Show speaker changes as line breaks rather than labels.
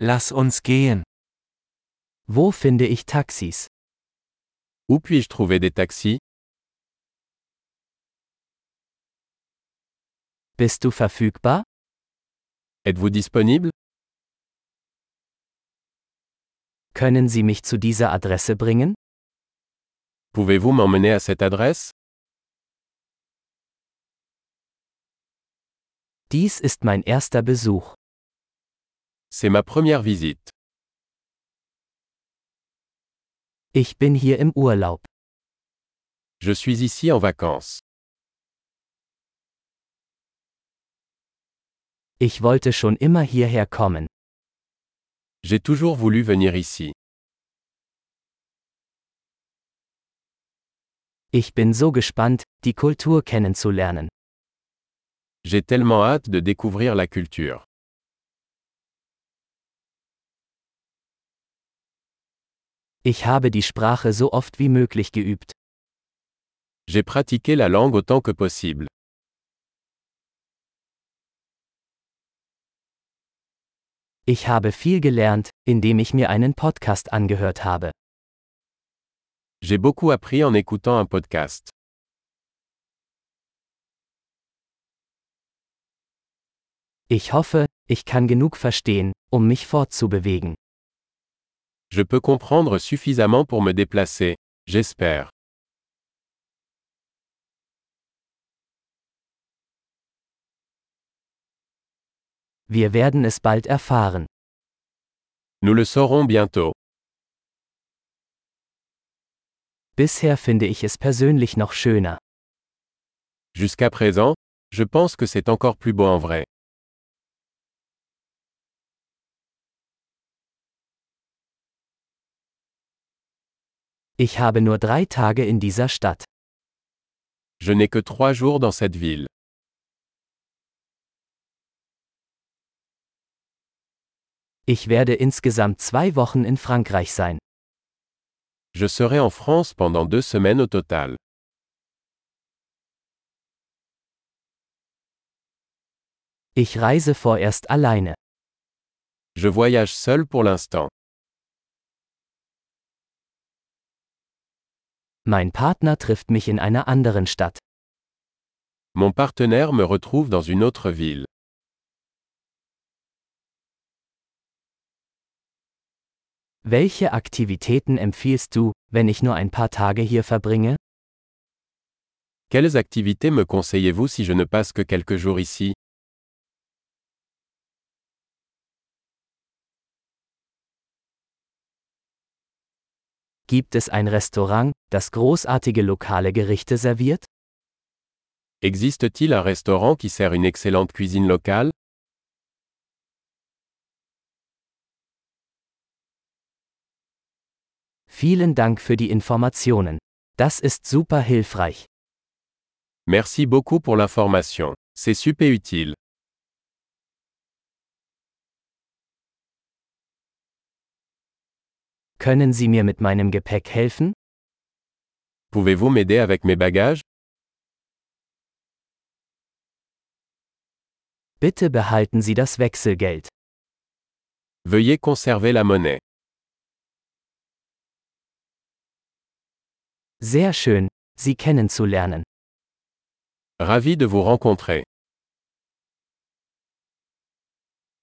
Lass uns gehen.
Wo finde ich Taxis?
Où puis-je trouver des taxis
Bist du verfügbar?
Êtes-vous disponible
Können Sie mich zu dieser Adresse bringen?
Pouvez-vous m'emmener à cette adresse
Dies ist mein erster Besuch.
C'est ma première visite.
Ich bin hier im Urlaub.
Je suis ici en vacances.
Ich wollte schon immer hierher kommen.
J'ai toujours voulu venir ici.
Ich bin so gespannt, die Kultur kennenzulernen.
J'ai tellement hâte de découvrir la culture.
Ich habe die Sprache so oft wie möglich geübt.
J'ai pratiqué la langue autant que possible.
Ich habe viel gelernt, indem ich mir einen Podcast angehört habe.
J'ai beaucoup appris en écoutant un podcast.
Ich hoffe, ich kann genug verstehen, um mich fortzubewegen.
Je peux comprendre suffisamment pour me déplacer. J'espère.
Wir werden es bald erfahren.
Nous le saurons bientôt.
Bisher finde ich es persönlich noch schöner.
Jusqu'à présent, je pense que c'est encore plus beau en vrai.
Ich habe nur drei Tage in dieser Stadt.
Je n'ai que trois jours dans cette ville.
Ich werde insgesamt zwei Wochen in Frankreich sein.
Je serai en France pendant deux semaines au total.
Ich reise vorerst alleine.
Je voyage seul pour l'instant.
Mein Partner trifft mich in einer anderen Stadt.
Mon partenaire me retrouve dans une autre ville.
Welche Aktivitäten empfiehlst du, wenn ich nur ein paar Tage hier verbringe?
Quelles activités me conseillez-vous si je ne passe que quelques jours ici
Gibt es ein Restaurant, das großartige lokale Gerichte serviert?
Existe-t-il un restaurant qui sert une excellente cuisine locale
Vielen Dank für die Informationen. Das ist super hilfreich.
Merci beaucoup pour l'information. C'est super utile.
Können Sie mir mit meinem Gepäck helfen?
Pouvez-vous m'aider avec mes bagages
Bitte behalten Sie das Wechselgeld.
Veuillez conserver la monnaie.
Sehr schön, Sie kennenzulernen.
Ravi de vous rencontrer.